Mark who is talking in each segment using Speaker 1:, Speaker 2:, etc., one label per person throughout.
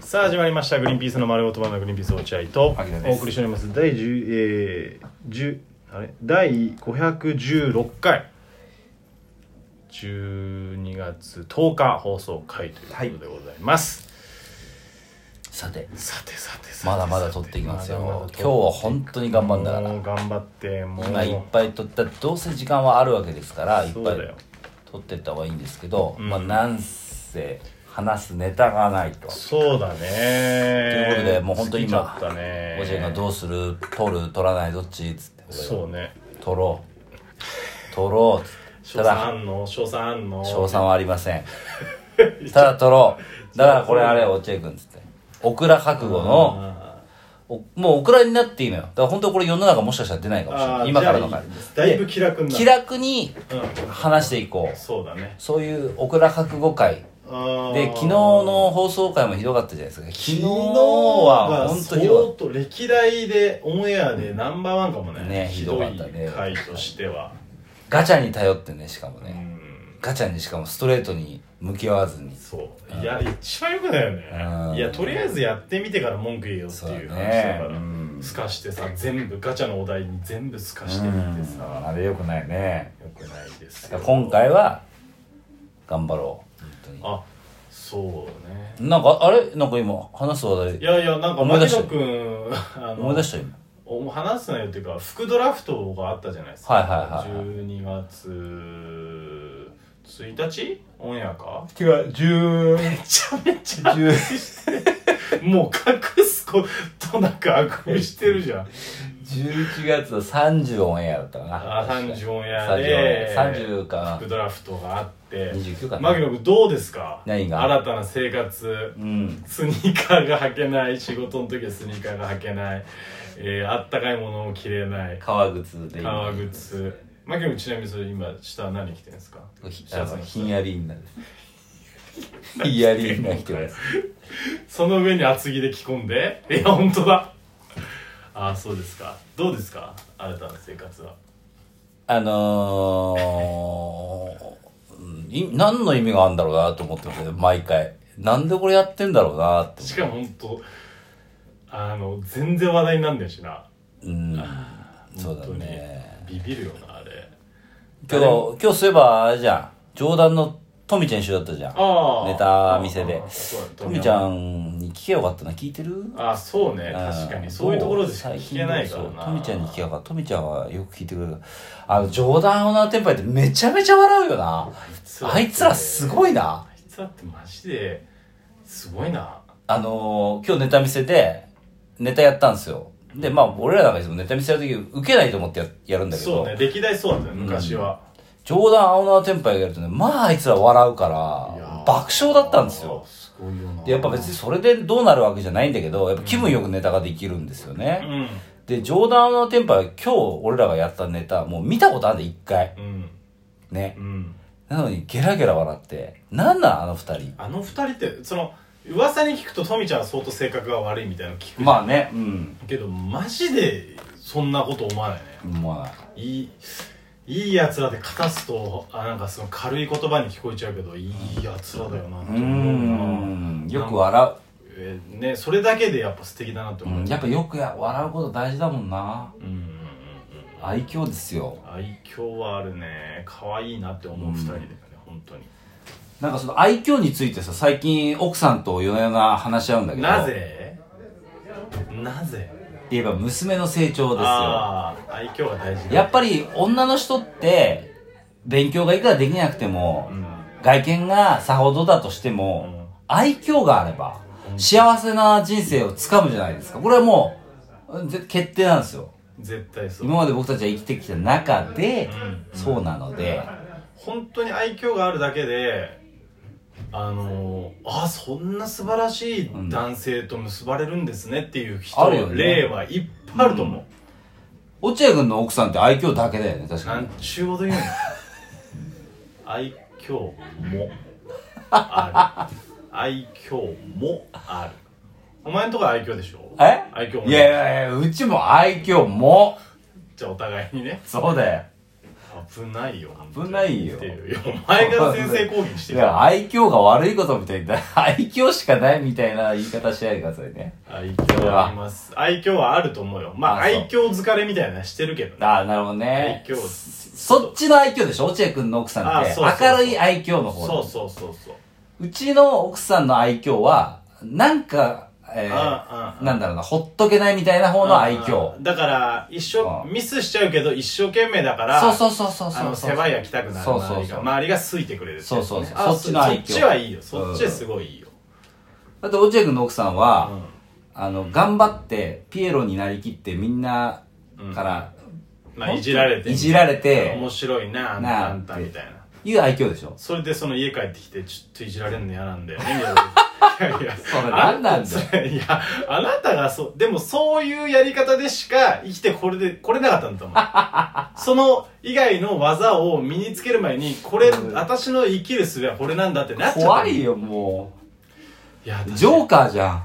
Speaker 1: さあ始まりました「グリーンピースの丸ごとバナナグリーンピース落合」と
Speaker 2: 秋田で
Speaker 1: お
Speaker 2: す
Speaker 1: 送りしております第10、えー、10あれ第516回12月10日放送回ということでございます、
Speaker 2: さて
Speaker 1: さてさてさて
Speaker 2: まだまだ撮っていきますよ
Speaker 1: まだまだ撮っ
Speaker 2: 今
Speaker 1: て
Speaker 2: 日は本当に頑張るんだから
Speaker 1: もう頑張ってもう
Speaker 2: 今いっぱい撮ったどうせ時間はあるわけですからいっ
Speaker 1: そう
Speaker 2: ぱい
Speaker 1: だよ
Speaker 2: 撮ってった方がいいんですけど、
Speaker 1: うん
Speaker 2: まあなんせ話すネタがないと、
Speaker 1: そうだねとい
Speaker 2: ということでもう本当に今
Speaker 1: ちゃったね
Speaker 2: おじいがどうする撮る撮らないどっちっつって
Speaker 1: そうね
Speaker 2: 撮ろう撮ろうっつって
Speaker 1: 賞
Speaker 2: た
Speaker 1: 賛あ
Speaker 2: だ
Speaker 1: んの賞賛あんの
Speaker 2: 賞賛はあり ませんただ撮ろうだからこれあれよ落合君っつってオクラ覚悟の、
Speaker 1: あ
Speaker 2: おもうオクラになっていいのよだから本当これ世の中もしかしたら出ないかもしれな
Speaker 1: ー
Speaker 2: い今からの
Speaker 1: じゃあ
Speaker 2: 回
Speaker 1: だいぶ気楽にな
Speaker 2: 気楽に
Speaker 1: うん
Speaker 2: 話していこう
Speaker 1: そうだね
Speaker 2: そういうオクラ覚悟会で
Speaker 1: で
Speaker 2: 昨日の放送回もひどかったじゃないですか昨日は本当にひどかっ
Speaker 1: 当歴代でオンエアでナンバーワンかもね
Speaker 2: ねひどかったね
Speaker 1: ひどい回としては、
Speaker 2: たガチャに頼ってねしかも
Speaker 1: う
Speaker 2: ね
Speaker 1: ん
Speaker 2: ガチャにしかもストレートに向き合わずに
Speaker 1: そういや一番よくないよ
Speaker 2: う
Speaker 1: ね
Speaker 2: ん
Speaker 1: いやとりあえずやってみてから文句言えよっていう
Speaker 2: そう
Speaker 1: 話
Speaker 2: だ
Speaker 1: だ
Speaker 2: ね
Speaker 1: から
Speaker 2: うん
Speaker 1: すかしてさ全部ガチャのお題に全部すかしてみてさ
Speaker 2: あれよくないね
Speaker 1: よくないです
Speaker 2: だ
Speaker 1: よ
Speaker 2: から今回は頑張ろう本
Speaker 1: あそうね
Speaker 2: 当になんかあれなんか今話す話題
Speaker 1: いやいやなんか
Speaker 2: 思い出
Speaker 1: 牧
Speaker 2: した
Speaker 1: 野君あ
Speaker 2: 思い
Speaker 1: の
Speaker 2: 出した今
Speaker 1: お話すなよっていうか副ドラフトがあったじゃないですか、
Speaker 2: はいはいはいはい
Speaker 1: 12月1日オンエアか
Speaker 2: 違う10
Speaker 1: めちゃめちゃもう隠すことなくあくびしてるじゃん
Speaker 2: 11月の30オンエアだったかな
Speaker 1: あ30オンエアで
Speaker 2: 30オンエア30か
Speaker 1: 副ドラフトがあって
Speaker 2: 29かな
Speaker 1: 牧野君どうですか
Speaker 2: 何が
Speaker 1: 新たな生活
Speaker 2: うん
Speaker 1: スニーカーが履けない仕事の時はスニーカーが履けない、えーあったかいものを着れない
Speaker 2: 革靴で
Speaker 1: 革靴マキムちなみにそれ今下何着てるんですか
Speaker 2: ひ
Speaker 1: シ
Speaker 2: あ
Speaker 1: ャツ
Speaker 2: の
Speaker 1: の
Speaker 2: ひんやりんなですひんやりんな人です
Speaker 1: その上に厚着で着込んでいや本当だああそうですかどうですか新たな生活は
Speaker 2: あのーうんい何の意味があるんだろうなと思ってますよ毎回なんでこれやってんだろうなって
Speaker 1: しかも本当あの全然話題になんねえしな
Speaker 2: うんそうだ
Speaker 1: 本当に
Speaker 2: ね
Speaker 1: ビビるよなあれ
Speaker 2: 今日今日そういえばあれじゃん冗談のトミちゃん一緒だったじゃん
Speaker 1: ああ
Speaker 2: ネタ見せでト
Speaker 1: ト
Speaker 2: ミちゃんに聞けよかったな聞いてる
Speaker 1: ああそうね
Speaker 2: あー
Speaker 1: 確かにそういうところでしか聞けないから
Speaker 2: そう
Speaker 1: な
Speaker 2: トミちゃんに聞けばトミちゃんはよく聞いてくれるあの冗談をなテンパイってめちゃめちゃ笑うよなあいつらす
Speaker 1: い
Speaker 2: ごいな
Speaker 1: あいつらってマジですごいな
Speaker 2: あのー今日ネタ見せでネタやったんですよでまあ俺らなんかいつもネタ見せやる時受けないと思ってややるんだけ
Speaker 1: そ
Speaker 2: ど
Speaker 1: うね歴代そうだったよ昔は、
Speaker 2: 冗談青縄テンパイがやるとねまああいつら笑うか
Speaker 1: いや
Speaker 2: ら
Speaker 1: ー
Speaker 2: 爆笑だったんですよ
Speaker 1: すごいよな
Speaker 2: でやっぱ別にそれでどうなるわけじゃないんだけどやっぱ気分よくネタができるんですよね、
Speaker 1: うん
Speaker 2: で冗談のテンパは今日俺らがやったネタもう見たことあるんだ一回
Speaker 1: うん
Speaker 2: ね
Speaker 1: うん
Speaker 2: なのにゲラゲラ笑ってなんなんあの二人
Speaker 1: あの二人ってその噂に聞くとトミちゃんは相当性格が悪いみたいなの聞く
Speaker 2: まあねうん
Speaker 1: けどマジでそんなこと思わないね
Speaker 2: ま
Speaker 1: いいいいやつらで勝たすとあなんかその軽い言葉に聞こえちゃうけどいいやつらだよな
Speaker 2: あ
Speaker 1: っ
Speaker 2: う
Speaker 1: て思うな
Speaker 2: ーんよく笑
Speaker 1: えーねそれだけでやっぱ素敵だなって
Speaker 2: う、う
Speaker 1: 思う、
Speaker 2: ん、やっぱよくや笑うこと大事だもんな
Speaker 1: うんうんうんうん
Speaker 2: 愛嬌ですよ
Speaker 1: 愛嬌はあるね可愛いなって思う二人だよね、本当に
Speaker 2: なんかその愛嬌についてさ最近奥さんと夜な夜な話し合うんだけど
Speaker 1: なぜなぜ
Speaker 2: 言えば娘の成長ですよ
Speaker 1: ああ愛嬌が大事
Speaker 2: やっぱり女の人って勉強がいくらできなくても、
Speaker 1: うん
Speaker 2: 外見がさほどだとしても、
Speaker 1: うん
Speaker 2: 愛嬌があれば、幸せな人生をつかむじゃないですか。これはもう、うんぜ決定なんですよ。
Speaker 1: 絶対そう
Speaker 2: 今まで僕たちが生きてきた中で、
Speaker 1: うん
Speaker 2: そうなので、
Speaker 1: 本当に愛嬌があるだけであのー、あそんな素晴らしい男性と結ばれるんですねっていう人、
Speaker 2: あるよね
Speaker 1: 例はいっぱいあると思う、
Speaker 2: 落合君の奥さんって愛嬌だけだよね、確か
Speaker 1: なん
Speaker 2: に。
Speaker 1: ちゅうこと言うの愛嬌もある愛嬌もあるお前んとこは愛嬌でしょ
Speaker 2: え
Speaker 1: 愛嬌も
Speaker 2: いやいやいや、うちも愛嬌も、
Speaker 1: じゃあお互いにね
Speaker 2: そうだよ。
Speaker 1: 危ないよ
Speaker 2: 危ないよ
Speaker 1: っていうよ前から先生講義して
Speaker 2: い
Speaker 1: るか
Speaker 2: や、
Speaker 1: ら
Speaker 2: 愛嬌が悪いことみたいな、 愛嬌しかないみたいな言い方しないでくださいね。
Speaker 1: 愛嬌はあります愛嬌はあると思うよまあ
Speaker 2: あそう
Speaker 1: 愛嬌疲れみたいなのはしてるけどね
Speaker 2: ああ、なるほど
Speaker 1: 愛
Speaker 2: ね。
Speaker 1: 嬌
Speaker 2: そっちの愛嬌でしょ落合君の奥さんっ
Speaker 1: あ
Speaker 2: て。
Speaker 1: そうそうそう
Speaker 2: 明るい愛嬌の方
Speaker 1: そうそうそうそう
Speaker 2: うちの奥さんの愛嬌は、なんか、え
Speaker 1: ああ
Speaker 2: ー、
Speaker 1: あ
Speaker 2: なんだろうな、ほっとけないみたいな方の愛嬌
Speaker 1: うん。だから一
Speaker 2: あ
Speaker 1: 生ミスしちゃうけど一生懸命だから
Speaker 2: そうそうそうそうそう。
Speaker 1: あの世話焼きたくなる
Speaker 2: そうそ
Speaker 1: 周
Speaker 2: う
Speaker 1: り
Speaker 2: そ
Speaker 1: が
Speaker 2: う。
Speaker 1: 周りが好いてくれるってやつね
Speaker 2: そうそうそう
Speaker 1: あ
Speaker 2: そっちの愛嬌
Speaker 1: そっちはいいよそっちはすごいいいよ
Speaker 2: だって、落合君の奥さんは、
Speaker 1: う
Speaker 2: あの、頑張って、ピエロになりきって、みんな
Speaker 1: ん
Speaker 2: から、
Speaker 1: うんまあいじられて
Speaker 2: いじられて
Speaker 1: 面白いなあん
Speaker 2: なあ
Speaker 1: たあんたみたいな
Speaker 2: いう愛嬌でしょ
Speaker 1: それでその家帰ってきてちょっといじられんの嫌なん だよねみたいないやいや
Speaker 2: それ何なんだよ
Speaker 1: だよいやあなたがそうでもそういうやり方でしか生きてこれでこれなかったんだと思うその以外の技を身につける前にこれ、
Speaker 2: うん
Speaker 1: 私の生きる術はこれなんだってなっちゃった
Speaker 2: 怖いよ、も
Speaker 1: いや
Speaker 2: う。
Speaker 1: 私
Speaker 2: ジョーカーじゃん。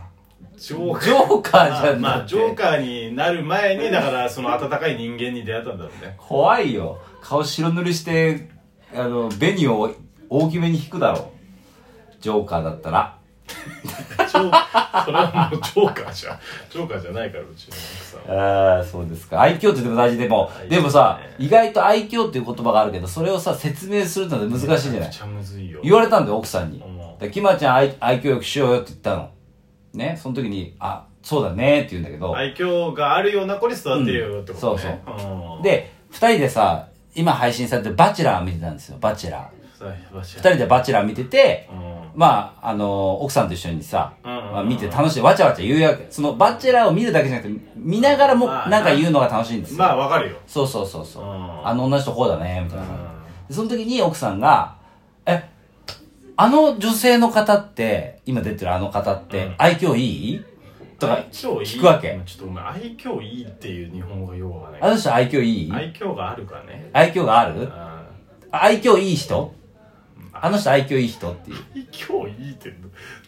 Speaker 1: ジョーカー
Speaker 2: ジョーカーじゃん。
Speaker 1: まあ、
Speaker 2: だ
Speaker 1: ま
Speaker 2: っ
Speaker 1: あ
Speaker 2: て
Speaker 1: ジョーカーになる前にだからその温かい人間に出会ったんだろうね
Speaker 2: 怖いよ。顔白塗りして、あの、紅を大きめに引くだろう。ジョーカーだったら。
Speaker 1: ジョーそれはもうジョーカーじゃジョーカーじゃないからうちの奥さんは
Speaker 2: ああ、そうですか。愛嬌ってでも大事でも、
Speaker 1: 愛嬌ね
Speaker 2: でもさ、意外と愛嬌っていう言葉があるけど、それをさ、説明するのって難しいじゃ
Speaker 1: め
Speaker 2: な
Speaker 1: っ
Speaker 2: い
Speaker 1: ちゃむずいよ
Speaker 2: 言われたんだよ、奥さんに。
Speaker 1: 思う
Speaker 2: で、キマちゃん愛愛嬌よくしようよって言ったの。ね、その時に、あ、そうだねって言うんだけど、
Speaker 1: 愛嬌があるような子に育てようよってことね、
Speaker 2: うん
Speaker 1: そうそ
Speaker 2: で、二人でさ、今配信されてるバチェラー見てたんですよ、バチェラー。
Speaker 1: 二
Speaker 2: 二人でバチェラー見てて、
Speaker 1: うん
Speaker 2: まあ、あの奥さんと一緒にさ、
Speaker 1: うんうんうん
Speaker 2: まあ、見て楽しい、わちゃわちゃ言うやけ。その、バチェラーを見るだけじゃなくて、見ながらも
Speaker 1: まあ
Speaker 2: なんか言うのが楽しいんですよ。
Speaker 1: まあわかるよ
Speaker 2: そうそうそうそう。
Speaker 1: うん
Speaker 2: あの女の人こうだね、みたいな
Speaker 1: う
Speaker 2: 感
Speaker 1: ん
Speaker 2: じ。でその時に奥さんが、え、あの女性の方って、今出てるあの方って、
Speaker 1: うん
Speaker 2: 愛嬌いいとか
Speaker 1: 愛、嬌いい
Speaker 2: 聞くわけ
Speaker 1: ちょっとお前愛嬌いいっていう日本語がようがな
Speaker 2: あ
Speaker 1: い
Speaker 2: の人愛嬌いい
Speaker 1: 愛嬌があるからね
Speaker 2: 愛嬌がある
Speaker 1: あ
Speaker 2: 愛嬌いい人あの人愛嬌いい人っていう。
Speaker 1: 愛嬌いいって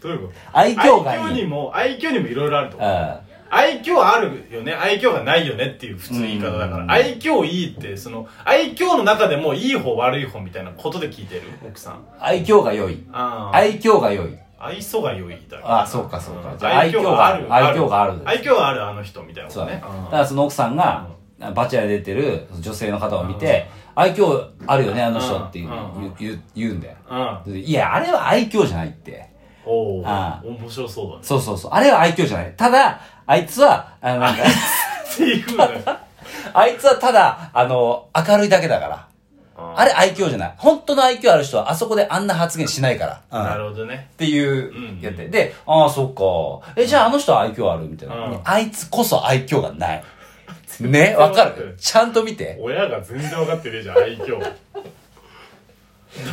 Speaker 1: どういうこと
Speaker 2: 愛嬌がいい
Speaker 1: 愛嬌にも愛嬌にもいろいろあると
Speaker 2: う。
Speaker 1: 思うん愛嬌あるよね愛嬌がないよねっていう普通言い方だか
Speaker 2: う
Speaker 1: ら
Speaker 2: ん
Speaker 1: 愛嬌いいってその愛嬌の中でもいい方悪い方みたいなことで聞いてる奥さん
Speaker 2: 愛嬌が良い。
Speaker 1: あー
Speaker 2: 愛嬌が良い。
Speaker 1: 愛想が良いだ
Speaker 2: ああ、そうかそうか。
Speaker 1: ん
Speaker 2: じゃあ愛嬌がある。愛嬌がある。
Speaker 1: 愛嬌があるあの人みたいなこ
Speaker 2: そ
Speaker 1: と
Speaker 2: うだね。
Speaker 1: ね
Speaker 2: だからその奥さんが、バチェラーに出てる女性の方を見て、愛嬌あるよね、あの人っていう
Speaker 1: うん
Speaker 2: 言う言うんだよ。
Speaker 1: うん、うん、
Speaker 2: いや、あれは愛嬌じゃないって。
Speaker 1: おお
Speaker 2: あ
Speaker 1: 面白そうだね
Speaker 2: そうそうそう。あれは愛嬌じゃない。ただ、あいつは、あの、なん か
Speaker 1: っていうふうな
Speaker 2: あいつはただ、あの、明るいだけだから。あれ愛嬌じゃない。本当の愛嬌ある人はあそこであんな発言しないから。うん
Speaker 1: なるほどね
Speaker 2: っていう
Speaker 1: うん、
Speaker 2: やって。で、ああ、そっか。え、じゃああの人は愛嬌あるみたいな、
Speaker 1: うん
Speaker 2: あいつこそ愛嬌が ない。ね、わかるちゃんと見て。
Speaker 1: 親が全然分かってねえじゃん愛嬌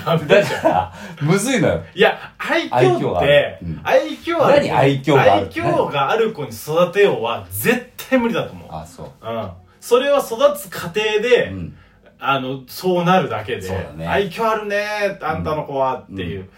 Speaker 1: ダメ
Speaker 2: だ
Speaker 1: じゃん
Speaker 2: から、むずいのよ。
Speaker 1: いや、愛
Speaker 2: 愛嬌
Speaker 1: 嬌
Speaker 2: が
Speaker 1: っ
Speaker 2: ある
Speaker 1: て
Speaker 2: うん、
Speaker 1: 愛嬌ある子に。
Speaker 2: 何愛嬌がある
Speaker 1: 愛嬌がある子に育てようは、絶対無理だと思う。
Speaker 2: あそう。
Speaker 1: うん。それは育つ過程で、
Speaker 2: うん。
Speaker 1: あの、そうなるだけで
Speaker 2: そうだね、
Speaker 1: 愛嬌あるね、あんたの子はっていう。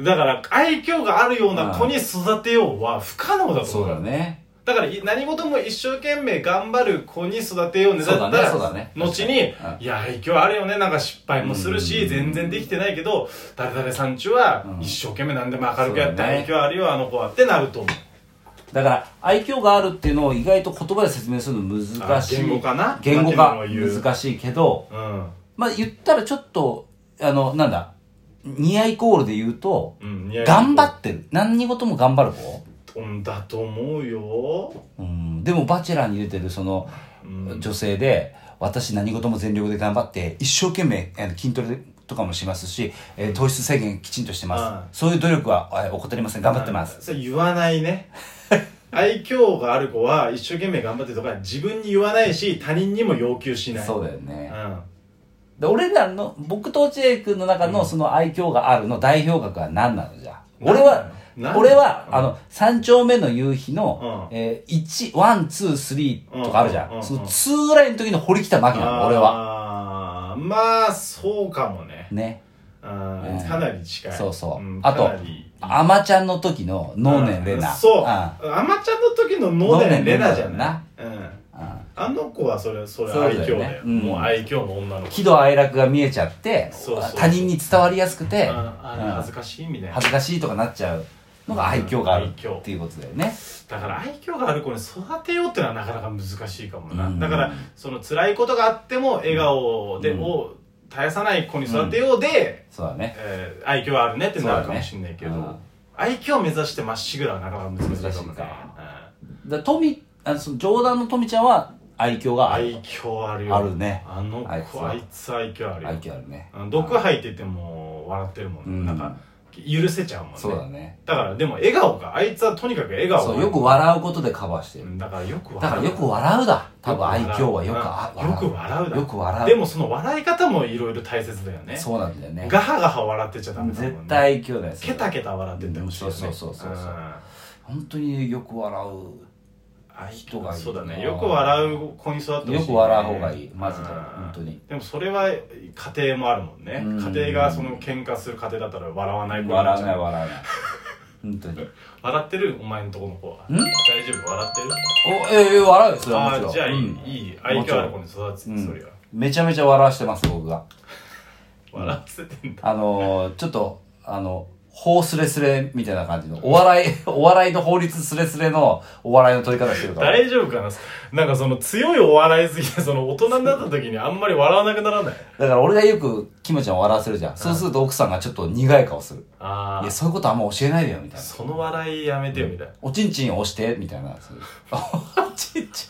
Speaker 1: だから、愛嬌があるような子に育てようは不可能だと
Speaker 2: そう
Speaker 1: 思
Speaker 2: だ
Speaker 1: う。
Speaker 2: ね。
Speaker 1: だから、い何事も一生懸命頑張る子に育てようね。
Speaker 2: そうだね
Speaker 1: ったら
Speaker 2: そうだね
Speaker 1: 後に
Speaker 2: 確かにう、ん
Speaker 1: いや、愛嬌あるよね。なんか失敗もする
Speaker 2: う
Speaker 1: し、
Speaker 2: ん
Speaker 1: 全然できてないけど、誰々さんちは
Speaker 2: うん
Speaker 1: 一生懸命何でも明るくや
Speaker 2: そう
Speaker 1: って、
Speaker 2: だね
Speaker 1: 愛嬌あるよ、あの子はってなると思う。
Speaker 2: だから、愛嬌があるっていうのを意外と言葉で説明するの難しい。
Speaker 1: あ言語化な
Speaker 2: 言語
Speaker 1: なん
Speaker 2: 化。
Speaker 1: ていうのを言う
Speaker 2: 難しいけど、
Speaker 1: うん。
Speaker 2: まあ言ったらちょっと、あの、なんだ、ニアイコールで言うと、
Speaker 1: うん、
Speaker 2: 頑張ってる。何事も頑張る子。
Speaker 1: うんだと思うよ。
Speaker 2: うん、でも、バチェラーに出てる、その、
Speaker 1: うん
Speaker 2: 女性で、私何事も全力で頑張って、一生懸命、えー筋トレとかもしますし、えー糖質制限きちんとしてま
Speaker 1: うん
Speaker 2: す。そういう努力は、えー怠りません。頑張ってます。
Speaker 1: それ言わない ね愛嬌がある子は一生懸命頑張ってとか自分に言わないし他人にも要求しない
Speaker 2: そう
Speaker 1: う
Speaker 2: だよね。
Speaker 1: ん
Speaker 2: で、俺らの、僕と落合君の中のその愛嬌があるの代表格は何なのじゃあ。俺は、
Speaker 1: 何なの
Speaker 2: 俺は、あの、三丁目の夕日の、
Speaker 1: う
Speaker 2: えー、1、ワン、ツー、スリーとかあるじゃ。
Speaker 1: うんうんうんん
Speaker 2: その2ぐらいの時の堀北真希なの、俺は。
Speaker 1: はまあそうかもね、
Speaker 2: ね。
Speaker 1: うん
Speaker 2: うん
Speaker 1: かなり近い
Speaker 2: そうそうんあと
Speaker 1: かなり
Speaker 2: アマちゃんの時の、能年玲
Speaker 1: うん
Speaker 2: 奈。
Speaker 1: そう
Speaker 2: うん
Speaker 1: あまちゃんの時の能
Speaker 2: 能年
Speaker 1: 年
Speaker 2: 玲
Speaker 1: レナ
Speaker 2: 奈
Speaker 1: じ
Speaker 2: だ
Speaker 1: ゃ
Speaker 2: よ
Speaker 1: な
Speaker 2: ない
Speaker 1: うん
Speaker 2: うん
Speaker 1: あの子はそれそれ
Speaker 2: そうだ
Speaker 1: 愛
Speaker 2: よね
Speaker 1: 嬌だよ
Speaker 2: うん
Speaker 1: もう愛嬌の女の子
Speaker 2: 喜怒哀楽が見えちゃって
Speaker 1: そうそうそう
Speaker 2: 他人に伝わりやすくて
Speaker 1: ああ
Speaker 2: うん
Speaker 1: れ恥ずかしいみたいな
Speaker 2: 恥ずかしいとかなっちゃうのが愛嬌がある
Speaker 1: 愛嬌
Speaker 2: っていうことだよね
Speaker 1: だから愛嬌がある子に育てようってのはなかなか難しいかもな、
Speaker 2: うん
Speaker 1: だからその辛いことがあっても笑顔で、
Speaker 2: うん
Speaker 1: を絶やさない子に育てようで、
Speaker 2: そうだね
Speaker 1: えー愛嬌はあるねってなるかもしれないけど、
Speaker 2: そうだね
Speaker 1: 愛嬌を目指してまっしぐらはなかなか難しいかも
Speaker 2: 難しい
Speaker 1: ね
Speaker 2: かだトミあのその冗談のトミちゃんは愛嬌
Speaker 1: うん
Speaker 2: がある
Speaker 1: 愛嬌あるよ
Speaker 2: あるね
Speaker 1: あの
Speaker 2: あいつ
Speaker 1: 子
Speaker 2: は
Speaker 1: あいつ愛嬌あるよ
Speaker 2: 愛嬌あるね
Speaker 1: うん毒吐いてても笑ってるもん、
Speaker 2: うん
Speaker 1: なんか許せちゃうもんね
Speaker 2: そうだね
Speaker 1: だからでも笑顔かあいつはとにかく笑顔
Speaker 2: そうよく笑うことでカバーして
Speaker 1: う
Speaker 2: る
Speaker 1: んだからよく
Speaker 2: だからよく笑うだ多分愛嬌はよくあ
Speaker 1: よく笑うだ
Speaker 2: よく笑う
Speaker 1: でもその笑い方もいろいろ大切だよね
Speaker 2: そうなんだよね
Speaker 1: ガハガハ笑ってちゃダメだもんね
Speaker 2: 絶対愛嬌だよそれ
Speaker 1: ケタケタ笑ってってほしいよね
Speaker 2: うんそうそうそうそうん本当によく笑う
Speaker 1: 愛
Speaker 2: 人
Speaker 1: 嬌
Speaker 2: がいい
Speaker 1: そうだねよく笑う子に育ってほしいね
Speaker 2: よく笑う方がいいマジで
Speaker 1: うん
Speaker 2: 本当に
Speaker 1: でもそれは家庭もあるもんね
Speaker 2: うん
Speaker 1: 家庭がその喧嘩する家庭だったら笑わない子になっ
Speaker 2: 笑
Speaker 1: ち
Speaker 2: わ
Speaker 1: ゃう
Speaker 2: ない笑わない本当に
Speaker 1: 笑ってるお前のとこの子は
Speaker 2: ん
Speaker 1: 大丈夫笑ってる
Speaker 2: おええ笑うよそれはも
Speaker 1: あ
Speaker 2: ちろ
Speaker 1: あ
Speaker 2: ん
Speaker 1: じゃあいい、
Speaker 2: うん
Speaker 1: いい愛嬌ある子に育つ
Speaker 2: うん
Speaker 1: それは
Speaker 2: めちゃめちゃ笑わしてます僕が
Speaker 1: 笑わせてんだ
Speaker 2: あのー、ちょっとあの法スレスレみたいな感じのお笑い お笑いの法律スレスレのお笑いの取り方してるか ら
Speaker 1: 大丈夫かななんかその強いお笑い好きでその大人になった時にあんまり笑わなくならない
Speaker 2: だから俺がよくキムちゃんを笑わせるじゃん、そうすると奥さんがちょっと苦い顔する
Speaker 1: あ
Speaker 2: いや
Speaker 1: あ
Speaker 2: そういうことあんま教えないでよみたいな
Speaker 1: その笑いやめてよみたいな
Speaker 2: おちんちん押してみたいなそういうおちんちん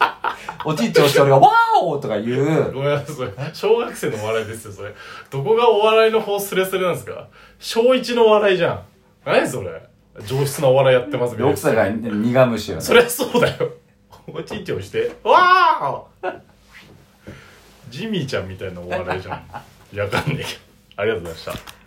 Speaker 2: おちんちん押して俺が「ワーオ!」とか言う
Speaker 1: ごめんなさいそれ小学生のお笑いですよそれどこがお笑いの方スレスレなんですか小一のお笑いじゃん何それ上質なお笑いやってますみたいな
Speaker 2: 奥さんが苦虫よね
Speaker 1: そりゃそうだよおちんちん押してわあ ジミーちゃんみたいなお笑いじゃんいやわかんねえけどありがとうございました